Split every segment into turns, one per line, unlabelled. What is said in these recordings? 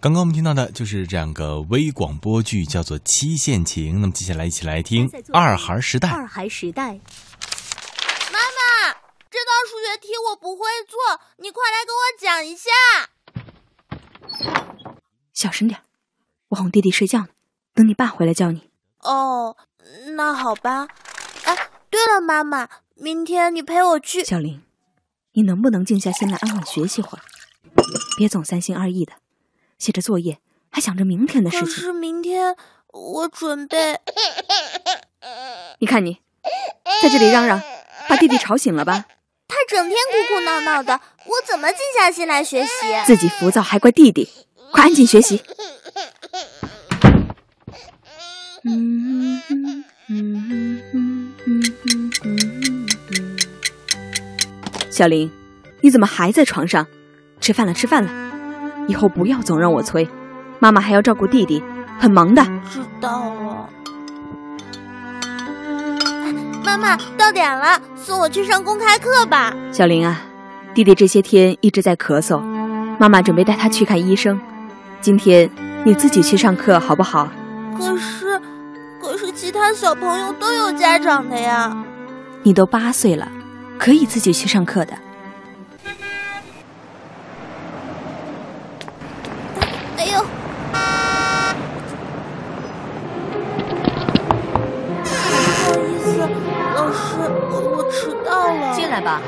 刚刚我们听到的就是这样个微广播剧，叫做《七线情》。那么接下来一起来听《二孩时代》。
二孩时代，
妈妈，这道数学题我不会做，你快来给我讲一下。
小声点，我哄弟弟睡觉呢，等你爸回来叫你。
哦，那好吧。哎，对了，妈妈，明天你陪我去。
小林，你能不能静下心来安稳学习会儿？别总三心二意的，写着作业还想着明天的事
可
情。
是明天我准备……
你看你，在这里嚷嚷，把弟弟吵醒了吧？
他整天哭哭闹闹的，我怎么静下心来学习？
自己浮躁还怪弟弟，快安静学习。嗯嗯嗯嗯嗯嗯嗯嗯小林，你怎么还在床上？吃饭了，吃饭了，以后不要总让我催，妈妈还要照顾弟弟，很忙的。
知道哦了。妈妈，到点了，送我去上公开课吧。
小林啊，弟弟这些天一直在咳嗽，妈妈准备带他去看医生。今天你自己去上课好不好？
可是，可是其他小朋友都有家长的呀。
你都八岁了，可以自己去上课的。
哎呦，不好意思，老师，我我迟到了。
来吧。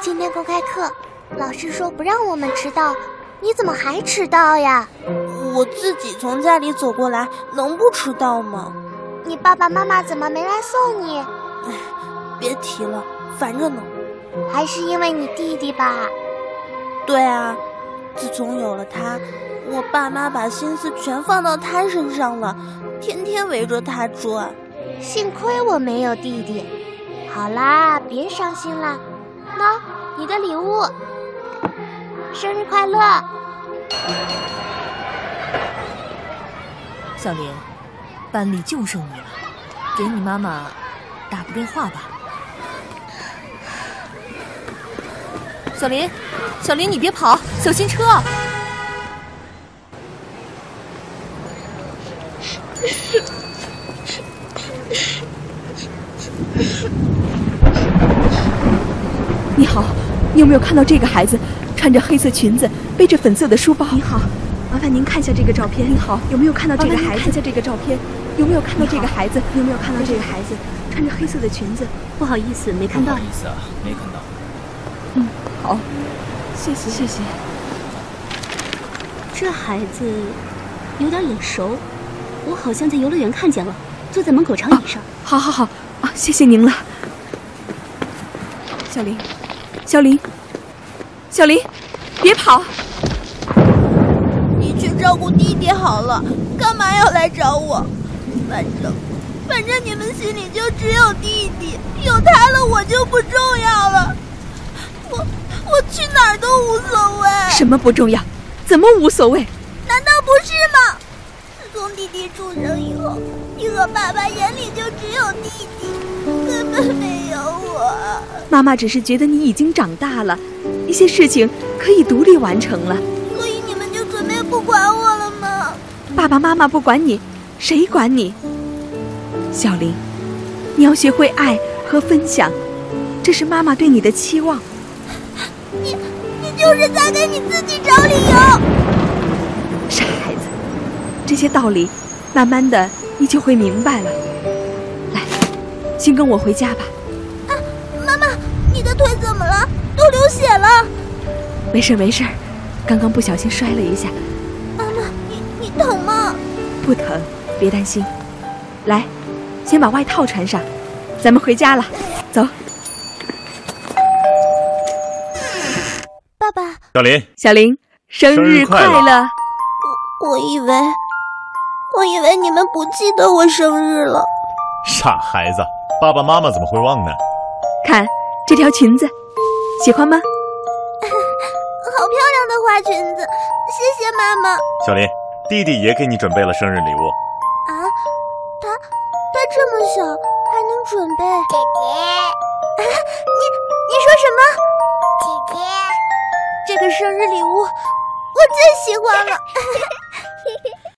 今天公开课，老师说不让我们迟到，你怎么还迟到呀？
我自己从家里走过来，能不迟到吗？
你爸爸妈妈怎么没来送你？
别提了，烦着呢。
还是因为你弟弟吧？
对啊，自从有了他，我爸妈把心思全放到他身上了，天天围着他转。
幸亏我没有弟弟。好啦，别伤心啦。喏，你的礼物，生日快乐！
小林，班里就剩你了，给你妈妈打个电话吧。小林，小林，你别跑，小心车！
你好，你有没有看到这个孩子穿着黑色裙子，背着粉色的书包？你好，麻烦您看一下这个照片。你好，有没有看到这个孩子？看一下这个照片，有没有看到这个孩子？有没有看到这个孩子穿着黑色的裙子？不好意思，没看到。
意思啊，没看到。
好，谢谢谢谢。
这孩子有点眼熟，我好像在游乐园看见了，坐在门口长椅上。
好好好啊，谢谢您了，小林，小林，小林，别跑！
你去照顾弟弟好了，干嘛要来找我？反正，反正你们心里就只有弟弟，有他了我就不重要了。我我去哪儿都无所谓，
什么不重要，怎么无所谓？
难道不是吗？自从弟弟出生以后，你和爸爸眼里就只有弟弟，根本没有我。
妈妈只是觉得你已经长大了，一些事情可以独立完成了。
所以你们就准备不管我了吗？
爸爸妈妈不管你，谁管你？小林，你要学会爱和分享，这是妈妈对你的期望。
你你就是在给你自己找理由。
傻孩子，这些道理，慢慢的你就会明白了。来，先跟我回家吧，
妈妈，你的腿怎么了？都流血了。
没事儿没事儿，刚刚不小心摔了一下，
妈妈，你你疼吗？
不疼，别担心。来，先把外套穿上，咱们回家了，走。
爸爸，
小林，
小林，生
生
日
日快
快乐！
我以为，我以为你们不记得我生日了。
傻孩子，爸爸妈妈怎么会忘呢？
看这条裙子，喜欢吗？
好漂亮的花裙子，谢谢妈妈。
小林，弟弟也给你准备了生日礼物。
啊，他他这么小还能准备？
姐姐，
你说什么？
姐姐，
这这个生日礼物，我最喜欢了。